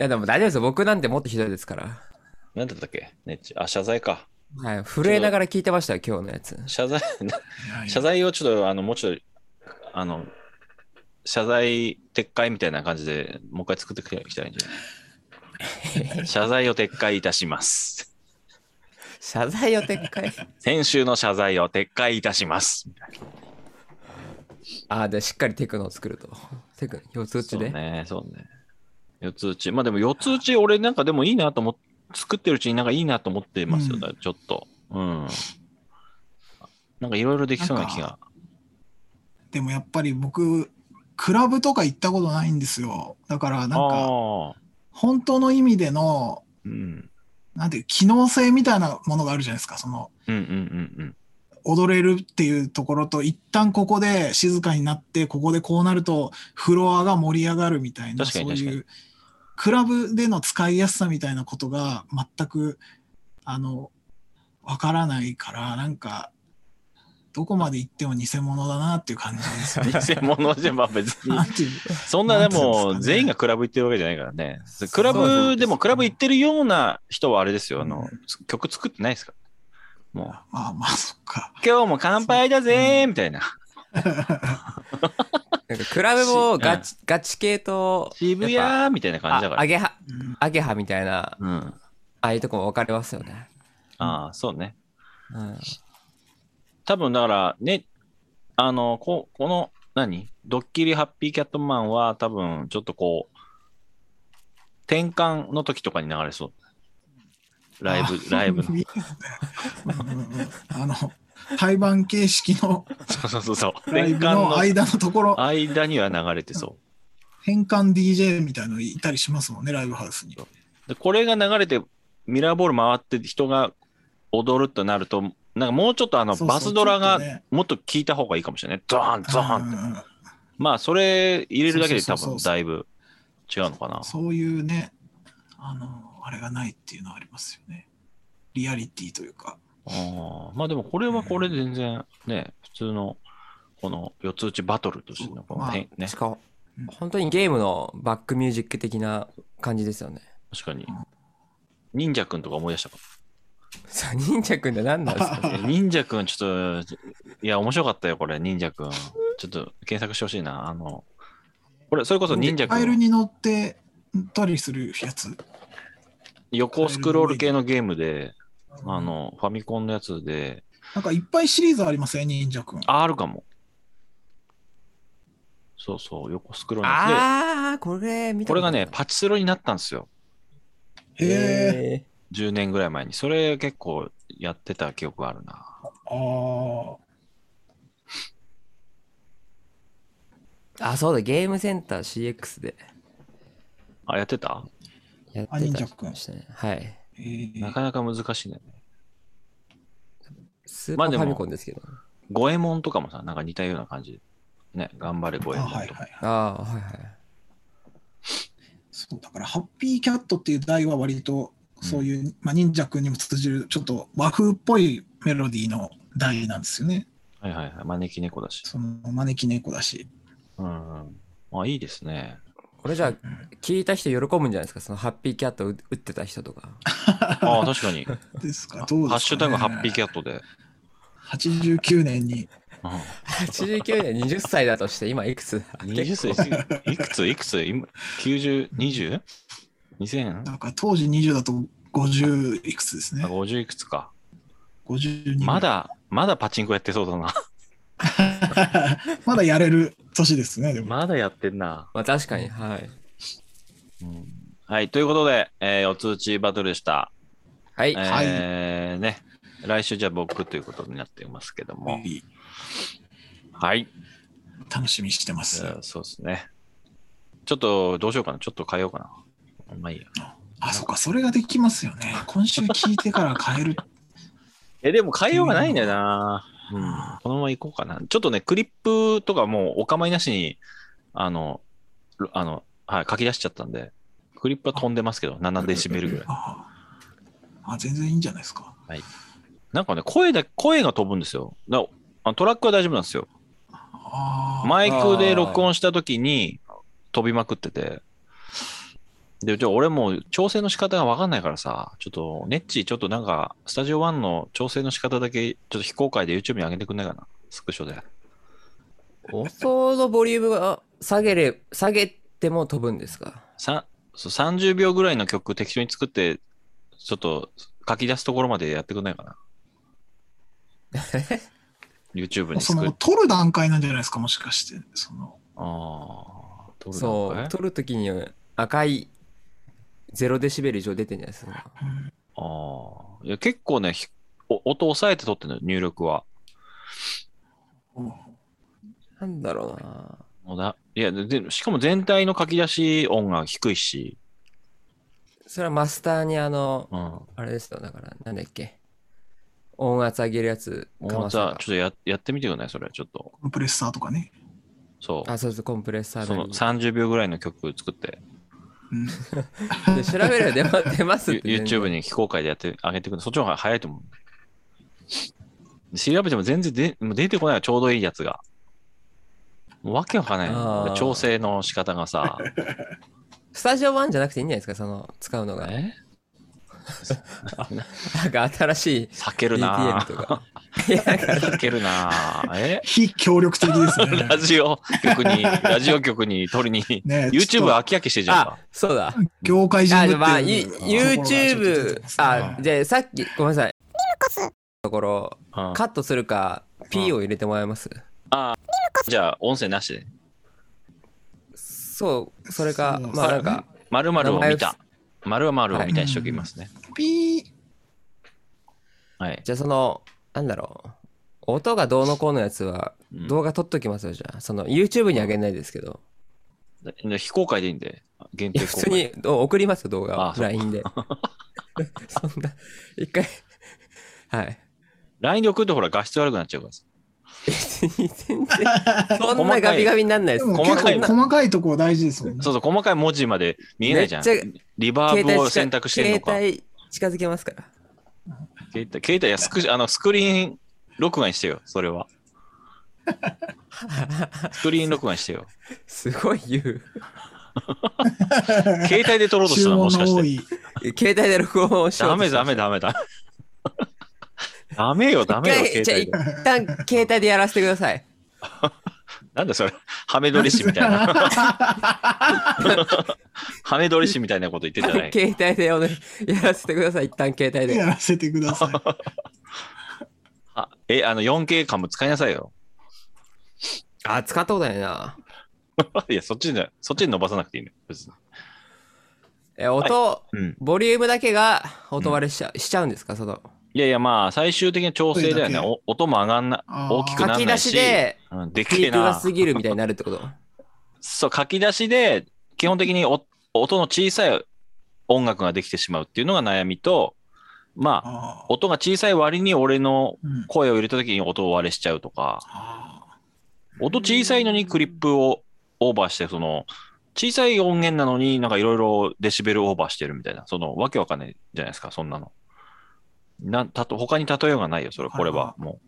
[SPEAKER 1] いやでも大丈夫ですよ。僕なんてもっとひどいですから。
[SPEAKER 2] なんだったっけねっちあ、謝罪か。
[SPEAKER 1] はい、震えながら聞いてましたよ、今日のやつ。
[SPEAKER 2] 謝罪、
[SPEAKER 3] いやいや
[SPEAKER 2] 謝罪をちょっと、あの、もうちょっと、あの、謝罪撤回みたいな感じでもう一回作ってきたらいいんじゃない謝罪を撤回いたします。
[SPEAKER 1] 謝罪を撤回。
[SPEAKER 2] 先週の謝罪を撤回いたします。
[SPEAKER 1] ああ、で、しっかりテクノを作ると。テクノ、四つ打ち
[SPEAKER 2] そう
[SPEAKER 1] で。
[SPEAKER 2] ね、そうね。四つ打ち。まあでも四つ打ち、俺なんかでもいいなと思って、作ってるうちになんかいいなと思ってますよ、
[SPEAKER 3] うん
[SPEAKER 2] だちょっと。うん。なんかいろいろできそうな気が。
[SPEAKER 3] でもやっぱり僕、クラブとか行ったことないんですよ。だからなんか、
[SPEAKER 2] ああ。
[SPEAKER 3] 本当の意味での、
[SPEAKER 2] うん。
[SPEAKER 3] なんていう、機能性みたいなものがあるじゃないですか。その、
[SPEAKER 2] うんうんうんうん。
[SPEAKER 3] 踊れるっていうところと、一旦ここで静かになって、ここでこうなると、フロアが盛り上がるみたいな、
[SPEAKER 2] 確かに
[SPEAKER 3] そう
[SPEAKER 2] 確
[SPEAKER 3] いう、クラブでの使いやすさみたいなことが全く、あの、わからないから、なんか、どこまで行っても偽物だなっていう感じですよ
[SPEAKER 2] 偽
[SPEAKER 3] ね。
[SPEAKER 2] 物じゃまあ別に
[SPEAKER 3] な。んていう
[SPEAKER 2] そんなで
[SPEAKER 3] なんていうんですか
[SPEAKER 2] も
[SPEAKER 3] ね
[SPEAKER 2] 全員がクラブ行ってるわけじゃないからね。
[SPEAKER 1] そう
[SPEAKER 2] クラ
[SPEAKER 1] そうです
[SPEAKER 2] ブ、でもクラブ行ってるような人はあれですよ。あ
[SPEAKER 3] う
[SPEAKER 2] の、曲作ってないですから。もう、
[SPEAKER 3] まあまあ、そっか。
[SPEAKER 2] 今日も乾杯だぜーみたいな。
[SPEAKER 1] なんか、クラブもガチ、ガチ系と、
[SPEAKER 2] 渋
[SPEAKER 1] やっ
[SPEAKER 2] 谷みたいな
[SPEAKER 1] ぱ
[SPEAKER 2] 感じだか
[SPEAKER 1] あ
[SPEAKER 2] ら
[SPEAKER 1] ア。ゲハ、
[SPEAKER 3] うん
[SPEAKER 1] アゲハみたいな、あ
[SPEAKER 2] うん。
[SPEAKER 1] あいうとこも分かれますよね。
[SPEAKER 2] ああ、そうね。
[SPEAKER 1] うん。
[SPEAKER 2] 多分だからね、あの、ここの、何ドッキリハッピーキャットマンは多分ちょっとこう、転換の時とかに流れそう。ライブ、ライブの。
[SPEAKER 3] いいですねうんうんうんあの、対バン形式の
[SPEAKER 2] そうそうそうそう。
[SPEAKER 3] ラ
[SPEAKER 2] 転
[SPEAKER 3] イ
[SPEAKER 2] 換
[SPEAKER 3] ブの
[SPEAKER 2] の
[SPEAKER 3] 間のところ、
[SPEAKER 2] 間には流れてそう。
[SPEAKER 3] 変換 DJ みたいのいたりしますもんね、ライブハウスに。
[SPEAKER 2] でこれが流れてミラーボール回って人が踊るとなるとなんかもうちょっとあの
[SPEAKER 3] そうそう
[SPEAKER 2] バスドラ
[SPEAKER 3] ちょっ
[SPEAKER 2] が
[SPEAKER 3] とね
[SPEAKER 2] もっと効いた方がいいかもしれないねドーンドーンって
[SPEAKER 3] うんうんうん
[SPEAKER 2] まあそれ入れるだけで
[SPEAKER 3] そ
[SPEAKER 2] 多
[SPEAKER 3] うそ
[SPEAKER 2] 分
[SPEAKER 3] うそうそう
[SPEAKER 2] だいぶ違うのかな
[SPEAKER 3] そういうね、あの、あれがないっていうのはありますよね。リアリティというか。
[SPEAKER 2] あーまあでもこれはこれで全然ね普通のこの四つ打ちバトルとしてのこの
[SPEAKER 3] まあ
[SPEAKER 2] 変ね
[SPEAKER 1] しかも
[SPEAKER 3] うん、
[SPEAKER 1] 本当にゲームのバックミュージック的な感じですよね。
[SPEAKER 2] 確かに忍者くんとか思い出したか
[SPEAKER 1] さあ、忍者くんって何なんですか
[SPEAKER 2] え忍者くん、ちょっと、いや、面白かったよ、これ、忍者くん。ちょっと検索してほしいな。あの、これ、それこそ忍者
[SPEAKER 3] フ
[SPEAKER 2] く
[SPEAKER 3] ァイル
[SPEAKER 2] ん、
[SPEAKER 3] に乗ってたりするやつ。
[SPEAKER 2] 横スクロール系のゲームで、あ
[SPEAKER 3] あの
[SPEAKER 2] の、ファミコンのやつで、
[SPEAKER 3] なんかいっぱいシリーズありますよね、忍者くん。
[SPEAKER 2] あ、あるかも。そうそう、横スクロールのや
[SPEAKER 1] ああ、これ見
[SPEAKER 2] つで、
[SPEAKER 1] た
[SPEAKER 2] これがね、
[SPEAKER 1] パ
[SPEAKER 2] パチスロになったんですよ。
[SPEAKER 3] へえ。
[SPEAKER 1] へえ。
[SPEAKER 2] 10年ぐらい前に。それ結構やってた記憶があるな。
[SPEAKER 3] ああ。
[SPEAKER 1] あ、そうだ、ゲームセンター CX で
[SPEAKER 2] あ、やってた
[SPEAKER 1] やって
[SPEAKER 3] あ
[SPEAKER 1] た
[SPEAKER 3] 忍者くん
[SPEAKER 1] したね。はい。
[SPEAKER 3] えー
[SPEAKER 2] なかなか難しいね。
[SPEAKER 1] スーパ
[SPEAKER 2] まあ
[SPEAKER 1] ー
[SPEAKER 2] で
[SPEAKER 1] フ
[SPEAKER 2] も
[SPEAKER 1] ァミコンですけど。
[SPEAKER 2] 五右衛門とかもさ、なんか似たような感じ。ね、頑張れ五右衛
[SPEAKER 3] あ
[SPEAKER 2] 門とか。
[SPEAKER 3] はいはい。
[SPEAKER 1] ああ、はいはい。
[SPEAKER 3] そうだから、ハッピーキャットっていう題は割と、そういう、まあ、忍者くんにも通じる、ちょっと和風っぽいメロディーの題なんですよね。
[SPEAKER 2] はいはいはい。招き猫だし。
[SPEAKER 3] その招き猫だし。
[SPEAKER 2] うんうん。あ、いいです ね。
[SPEAKER 1] これじゃあ、聞いた人喜ぶんじゃないですかそのハッピーキャットを打打ってた人とか。
[SPEAKER 2] ああ、確かに。
[SPEAKER 3] ですか、
[SPEAKER 2] ハ
[SPEAKER 3] どう
[SPEAKER 2] ッ
[SPEAKER 3] ですか、ね、
[SPEAKER 2] シュタグハッピーキャットで。
[SPEAKER 3] 89年に、
[SPEAKER 2] うん
[SPEAKER 1] 89年20歳だとして、今いくつだ
[SPEAKER 2] 20歳
[SPEAKER 1] 結構
[SPEAKER 2] いくついくつ今 ?90、20? 2000?
[SPEAKER 3] だから当時20だと50いくつですね
[SPEAKER 2] あ。50いくつか。
[SPEAKER 3] 52
[SPEAKER 2] ま。だ、まだパチンコやってそうだな。
[SPEAKER 3] まだやれる年ですね、で も。
[SPEAKER 2] まだやってんな。
[SPEAKER 1] まあ確かに、はい。
[SPEAKER 2] うんはい。ということで、えーお通知バトルでした。
[SPEAKER 1] はい。
[SPEAKER 2] えー、ね。来週じゃあ僕ということになってますけども。はい。
[SPEAKER 3] 楽しみにしてます。
[SPEAKER 2] うんそうですね。ちょっと、どうしようかな。ちょっと変えようかな。まあいいや。
[SPEAKER 3] あ、そっか、それができますよね。今週聞いてから変える。
[SPEAKER 2] え、でも変えようがないんだよな。うん。このまま行こうかな。ちょっとね、クリップとかもうお構いなしに、あの、ろあの、はい、書き出しちゃったんで、クリップは飛んでますけど、7デシベ ルぐらい。
[SPEAKER 3] あああ、全然いいんじゃないですか。
[SPEAKER 2] なんかね、声だ、声が飛ぶんですよ。だあトラックは大丈夫なんですよ。
[SPEAKER 3] ああ、
[SPEAKER 2] マイクで録音した時に飛びまくってて、で、じゃあ俺もう調整の仕方がわかんないからさ、ちょっと、ネッチ、ちょっとなんか、スタジオ1の調整の仕方だけ、ちょっと非公開で YouTube に上げてくんないかな。スクショで。
[SPEAKER 1] 音のボリュームが下げれ、下げても飛ぶんですか
[SPEAKER 2] さそう30秒ぐらいの曲適当に作って、ちょっと書き出すところまでやってくんないかな。YouTube に
[SPEAKER 3] そ
[SPEAKER 2] 作
[SPEAKER 3] の
[SPEAKER 2] る。
[SPEAKER 3] 取る段階なんじゃないですか、もしかして。その
[SPEAKER 2] ああ、撮るの
[SPEAKER 1] そ、
[SPEAKER 2] かいう
[SPEAKER 1] 撮るときに赤い0デシベル以上出てんじゃないですか。
[SPEAKER 3] うん
[SPEAKER 2] ああ。いや結構ね、ひお音抑えて撮ってるのよ、入力は。
[SPEAKER 3] こ
[SPEAKER 1] なんだろうな。
[SPEAKER 2] もうだいやでで、しかも全体の書き出し音が低いし、
[SPEAKER 1] それはマスターにあの、
[SPEAKER 2] うん。
[SPEAKER 1] あれですよ、だから、なんだっけ。音圧上げるやつ、か
[SPEAKER 2] 大
[SPEAKER 1] ませば
[SPEAKER 2] 田、ちょっとややってみてください、それ、ちょっと。
[SPEAKER 3] うコンプレッサーとかね。
[SPEAKER 2] そ
[SPEAKER 1] あ、そうそう、コンプレッサ
[SPEAKER 2] う。
[SPEAKER 1] ー
[SPEAKER 2] そ
[SPEAKER 1] な
[SPEAKER 2] の
[SPEAKER 1] り
[SPEAKER 2] 30秒ぐらいの曲作って、
[SPEAKER 3] うん
[SPEAKER 1] で調べれば出 ま出ますっ
[SPEAKER 2] ゆ
[SPEAKER 1] て全然。
[SPEAKER 2] YouTube に非公開でやってあげてくる。そっちの方が早いと思う。調べても全然でもう出てこないわちょうどいいやつが。もうわけわかんない
[SPEAKER 1] あー
[SPEAKER 2] の。調整の仕方が さ。
[SPEAKER 1] スタジオ版じゃなくていいんじゃないですか、その、使うのが。
[SPEAKER 2] え
[SPEAKER 1] なんか新しい
[SPEAKER 2] 避けるな
[SPEAKER 1] DTM と か。いや、なんか
[SPEAKER 2] 避けるなえ
[SPEAKER 3] 非協力的ですね。
[SPEAKER 2] ラジオ局に、ラジオ局に 取りに。
[SPEAKER 3] ね
[SPEAKER 2] YouTube
[SPEAKER 3] は
[SPEAKER 2] 飽き飽きしてるじゃん
[SPEAKER 1] あ
[SPEAKER 2] か。、
[SPEAKER 1] そうだ。
[SPEAKER 3] 業界人
[SPEAKER 1] あ、
[SPEAKER 3] ってい
[SPEAKER 1] で
[SPEAKER 3] う
[SPEAKER 1] まあ、
[SPEAKER 3] ところがちょっと出て
[SPEAKER 1] YouTube
[SPEAKER 3] ま、すね
[SPEAKER 1] あ、じゃあさっき、ごめんなさい。ところ、
[SPEAKER 2] うん
[SPEAKER 1] カットするか、P を入れてもらえます
[SPEAKER 2] じゃあ、音声なしで。
[SPEAKER 1] そう、それか
[SPEAKER 3] そう、
[SPEAKER 1] まあなんか、
[SPEAKER 2] まるを見
[SPEAKER 1] 名
[SPEAKER 2] た。まるまるを見たにしときますね。
[SPEAKER 3] ピー
[SPEAKER 2] はい。
[SPEAKER 1] じゃあその、なんだろう。音がどうのこうのやつは、
[SPEAKER 2] うん
[SPEAKER 1] 動画撮っときますよ、じゃあ。その、YouTube にあげないですけど。
[SPEAKER 2] で非公開でいいんで、限
[SPEAKER 1] い
[SPEAKER 2] 定
[SPEAKER 1] や、
[SPEAKER 2] 公
[SPEAKER 1] 普
[SPEAKER 2] 開。
[SPEAKER 1] 通にお送りますよ、動画
[SPEAKER 2] あ
[SPEAKER 1] を。
[SPEAKER 2] そう
[SPEAKER 1] LINE で。 そんな、一回、はい。
[SPEAKER 2] LINE で送るとほら画質悪くなっちゃうからさ。
[SPEAKER 1] 別に全 然、そんなガビガビになんないで。
[SPEAKER 3] ですも
[SPEAKER 2] 細
[SPEAKER 3] 結
[SPEAKER 2] かい
[SPEAKER 3] 構細かいところ大事ですもんね。
[SPEAKER 2] そうそう、細かい文字まで見えないじゃん
[SPEAKER 1] めっちゃ。
[SPEAKER 2] リバーブを選択してるのか。携
[SPEAKER 1] 携帯近づけますから。
[SPEAKER 2] 帯、携帯、いやスクあのスクリーン録画にしてよ、それは。 スクリーン録画にしてよ。
[SPEAKER 1] すごい言う。
[SPEAKER 2] 携帯で撮ろうとした
[SPEAKER 3] 注
[SPEAKER 2] らも
[SPEAKER 3] 文
[SPEAKER 2] しか
[SPEAKER 3] の
[SPEAKER 2] し
[SPEAKER 3] 多
[SPEAKER 2] て。
[SPEAKER 3] い。
[SPEAKER 1] 携帯で録音をしよ
[SPEAKER 2] ダ
[SPEAKER 1] うと
[SPEAKER 2] メ
[SPEAKER 1] して
[SPEAKER 2] ダメダメダメ。ダメよ、ダメよ、
[SPEAKER 1] 一回じ
[SPEAKER 2] 携帯
[SPEAKER 1] ゃ
[SPEAKER 2] で。
[SPEAKER 1] あ一旦携帯でやらせてください。
[SPEAKER 2] なんだそれ、ハメ撮り師みたいな。ハメ撮り師みたいなこと言ってんじゃない。
[SPEAKER 1] 携帯でおね やらせてください。一旦携帯
[SPEAKER 3] や
[SPEAKER 1] で。
[SPEAKER 3] らせてください。
[SPEAKER 2] あえ、あの 4K カム使いなさいよ。
[SPEAKER 1] あ、使ったことないな。
[SPEAKER 2] いや、そっちに、そっちに伸ばさなくていいのよ、別に。
[SPEAKER 1] え、音、
[SPEAKER 2] うん。
[SPEAKER 1] ボリュームだけが音割れしちゃ,、うしちゃうんですかその、
[SPEAKER 2] いやいや、まあ、最終的な調整だよね。
[SPEAKER 3] 声だけ
[SPEAKER 2] お音も上がんな、
[SPEAKER 3] あー
[SPEAKER 2] 大きくな
[SPEAKER 1] 書
[SPEAKER 2] ら
[SPEAKER 1] き
[SPEAKER 2] な
[SPEAKER 1] 出
[SPEAKER 2] いし。
[SPEAKER 1] しで、
[SPEAKER 2] うん、で
[SPEAKER 1] ピ
[SPEAKER 2] き
[SPEAKER 1] ー
[SPEAKER 2] て
[SPEAKER 1] クが
[SPEAKER 2] な
[SPEAKER 1] 過。ぎるみたいになるってこと
[SPEAKER 2] そう、書き出しで、基本的にお音の小さい音楽ができてしまうっていうのが悩みと、まあ、
[SPEAKER 3] あー
[SPEAKER 2] 音が小さい割に俺の
[SPEAKER 3] うん
[SPEAKER 2] 声を入れた時に音を割れしちゃうとか、
[SPEAKER 3] あ
[SPEAKER 2] 音小さいのにクリップをオーバーして、その、小さい音源なのになんかいろいろデシベルオーバーしてるみたいな、そのわけわかんないじゃないですか、そんなの。なんたと他に例えようがないよ、それ、これは。も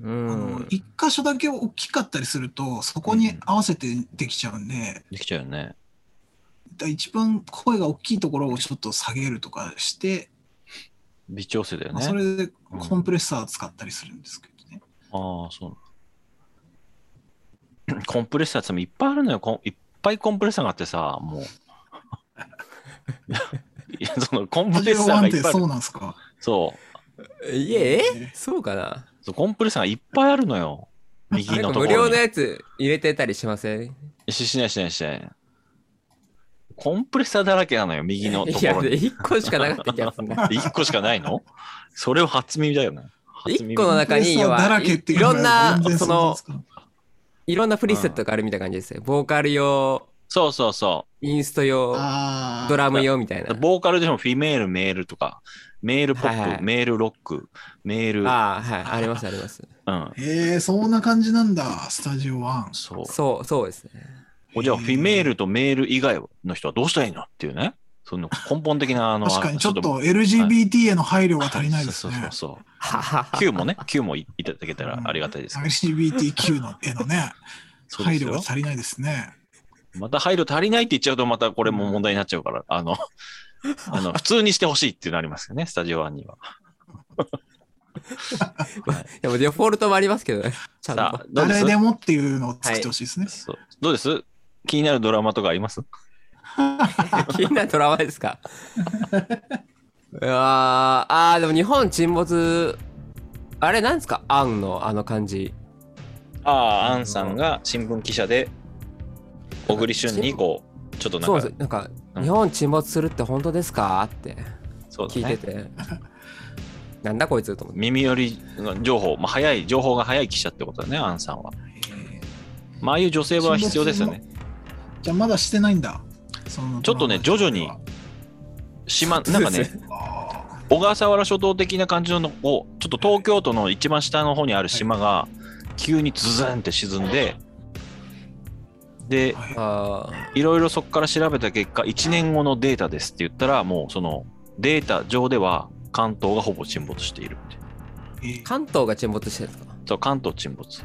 [SPEAKER 1] う
[SPEAKER 3] ーあの
[SPEAKER 1] ん。
[SPEAKER 3] 一箇所だけ大きかったりすると、そこに合わせてできちゃうんで、
[SPEAKER 2] う、できちゃうよね。
[SPEAKER 3] だ一番声が大きいところをちょっと下げるとかして、
[SPEAKER 2] 微調整だよ
[SPEAKER 3] まあ
[SPEAKER 2] ね。
[SPEAKER 3] それでコンプレッサー使ったりするんですけどね。
[SPEAKER 2] ああ、そう なん。コンプレッサーっていっぱいあるのよ。コンいっぱいコンプレッサーがあってさ、も う。いや、そのコンプ
[SPEAKER 3] スタジ
[SPEAKER 2] レッ
[SPEAKER 3] オ
[SPEAKER 2] サー
[SPEAKER 3] ワン
[SPEAKER 2] が
[SPEAKER 3] っ
[SPEAKER 2] い
[SPEAKER 3] て
[SPEAKER 2] っぱいあ
[SPEAKER 3] そ
[SPEAKER 2] る。
[SPEAKER 3] うなんですか
[SPEAKER 2] そう
[SPEAKER 1] いえ、えそうかな
[SPEAKER 2] そう。コンプレッサーがいっぱいあるのよ。右
[SPEAKER 1] な
[SPEAKER 2] の
[SPEAKER 1] ん
[SPEAKER 2] と
[SPEAKER 1] か
[SPEAKER 2] こ
[SPEAKER 1] 無
[SPEAKER 2] ろ
[SPEAKER 1] 料の
[SPEAKER 2] に。
[SPEAKER 1] やつ入れてたりしません
[SPEAKER 2] ししないしないしない。コンプレッサーだらけなのよ、右のと
[SPEAKER 1] い
[SPEAKER 2] こ
[SPEAKER 1] や、
[SPEAKER 2] ろに。
[SPEAKER 1] 1個しかなかった気がする な。
[SPEAKER 2] 1個しかないのそれを初耳だよね。初
[SPEAKER 1] 1
[SPEAKER 2] 耳
[SPEAKER 1] 個の中に、
[SPEAKER 3] コンプレ
[SPEAKER 1] 要
[SPEAKER 3] ッサーだ
[SPEAKER 1] は
[SPEAKER 3] ら
[SPEAKER 1] い
[SPEAKER 3] けって
[SPEAKER 1] い
[SPEAKER 3] いうの
[SPEAKER 1] ろん
[SPEAKER 3] が
[SPEAKER 1] な
[SPEAKER 3] 全、然
[SPEAKER 1] そ
[SPEAKER 3] 想像
[SPEAKER 1] の
[SPEAKER 3] つ、かない
[SPEAKER 1] いろんなプリセットがあるみたいな感じですよ。ボーカル用、
[SPEAKER 2] そうそうそ
[SPEAKER 1] インスト用、
[SPEAKER 3] あー
[SPEAKER 1] ドラム用みたいな
[SPEAKER 2] う。。ボーカルでもフィメール、メールとか、メールポップ、
[SPEAKER 1] はいはい
[SPEAKER 2] メールロック、メール、
[SPEAKER 1] ああ、はい、ありますあります。
[SPEAKER 2] うん、
[SPEAKER 3] えー、そんな感じなんだ、スタジオワン。
[SPEAKER 2] そう。
[SPEAKER 1] そう、そうですね。
[SPEAKER 2] おじゃあ、
[SPEAKER 3] へー
[SPEAKER 2] フィメールとメール以外の人はどうしたらいいのっていうね。その根本的な、あの、
[SPEAKER 3] 確かにちょっ
[SPEAKER 2] あの
[SPEAKER 3] と LGBT への配慮が足りないです
[SPEAKER 2] そうそうそ
[SPEAKER 3] ね。
[SPEAKER 2] うそう。
[SPEAKER 1] ははは。
[SPEAKER 2] Q もね、Q もいいただけたらありがたいですけど。
[SPEAKER 3] LGBTQ のへのね、
[SPEAKER 2] そうで
[SPEAKER 3] 配
[SPEAKER 2] す
[SPEAKER 3] 慮
[SPEAKER 2] よ
[SPEAKER 3] が足りないですね。
[SPEAKER 2] また配慮足りないって言っちゃうと、またこれも問題になっちゃうから、あの、あの、普通にしてほしいっていうのありますよね、スタジオワンには。
[SPEAKER 1] でもデフォルトもありますけど ね。ちゃん
[SPEAKER 2] さあ
[SPEAKER 1] と。、
[SPEAKER 2] どうで
[SPEAKER 3] 誰
[SPEAKER 2] す
[SPEAKER 3] でもっていうのを作ってほしいですね。
[SPEAKER 2] そうどうです気になるドラマとかあります
[SPEAKER 1] 気になるドラマですか うわーあー、でも日本沈没、あれなんですかアンのあの感じ。
[SPEAKER 2] ああ、アンさんが新聞記者で、小栗旬にこう、ちょっとなん
[SPEAKER 1] そう
[SPEAKER 2] か、
[SPEAKER 1] です。なんか、
[SPEAKER 2] うん
[SPEAKER 1] 日本沈没するって本当ですかって
[SPEAKER 2] そうだ
[SPEAKER 1] 聞い
[SPEAKER 2] ね
[SPEAKER 1] てて。 なんだこいつと思って。
[SPEAKER 2] 耳寄り情報、まあ、早い、情報が早い記者ってことだね、アンさんは。
[SPEAKER 3] えー
[SPEAKER 2] まあ、ああいう女性は必要ですよね。
[SPEAKER 3] じゃあまだしてないんだ。その
[SPEAKER 2] ちょっとね徐々に島、なんかね、
[SPEAKER 3] あ
[SPEAKER 2] 小笠原諸島的な感じのを、ちょっと東京都の一番下の方にある島が、急にズズンって沈んで、で
[SPEAKER 3] ー、
[SPEAKER 1] あー
[SPEAKER 2] いろいろそこから調べた結果、1年後のデータですって言ったら、もうそのデータ上では関東がほぼ沈没しているっていう
[SPEAKER 3] えー
[SPEAKER 1] 関東が沈没してるんですか
[SPEAKER 2] そう関東沈没。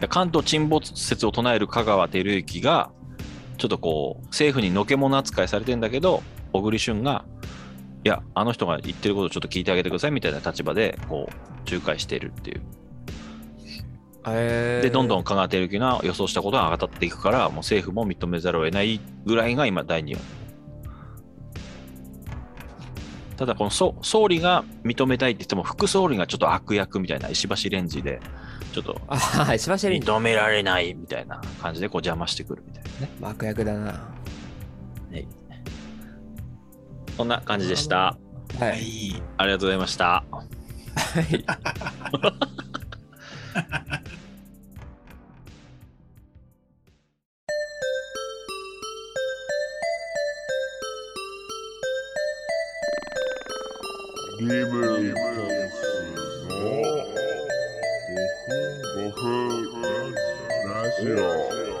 [SPEAKER 2] で関東沈没説を唱える香川照之が、ちょっとこう、政府にのけ者扱いされてんだけど、小栗旬が、いや、あの人が言ってることをちょっと聞いてあげてくださいみたいな立場で、こう、仲介しているっていう。
[SPEAKER 1] えー
[SPEAKER 2] で、どんどん香川照之が予想したことが上がっていくから、もう政府も認めざるを得ないぐらいが今、第2話。ただ、この総総理が認めたいって言っても、副総理がちょっと悪役みたいな、石橋レンジで、ちょっと
[SPEAKER 1] あー、石橋エリン、
[SPEAKER 2] 認められないみたいな感じでこう邪魔してくるみたいなね。
[SPEAKER 1] 幕役だな。
[SPEAKER 2] そんな感じでした。
[SPEAKER 1] は。
[SPEAKER 3] はいい。
[SPEAKER 2] ありがとうございました。
[SPEAKER 1] はい
[SPEAKER 4] リムリムスの5分5分ラジオ。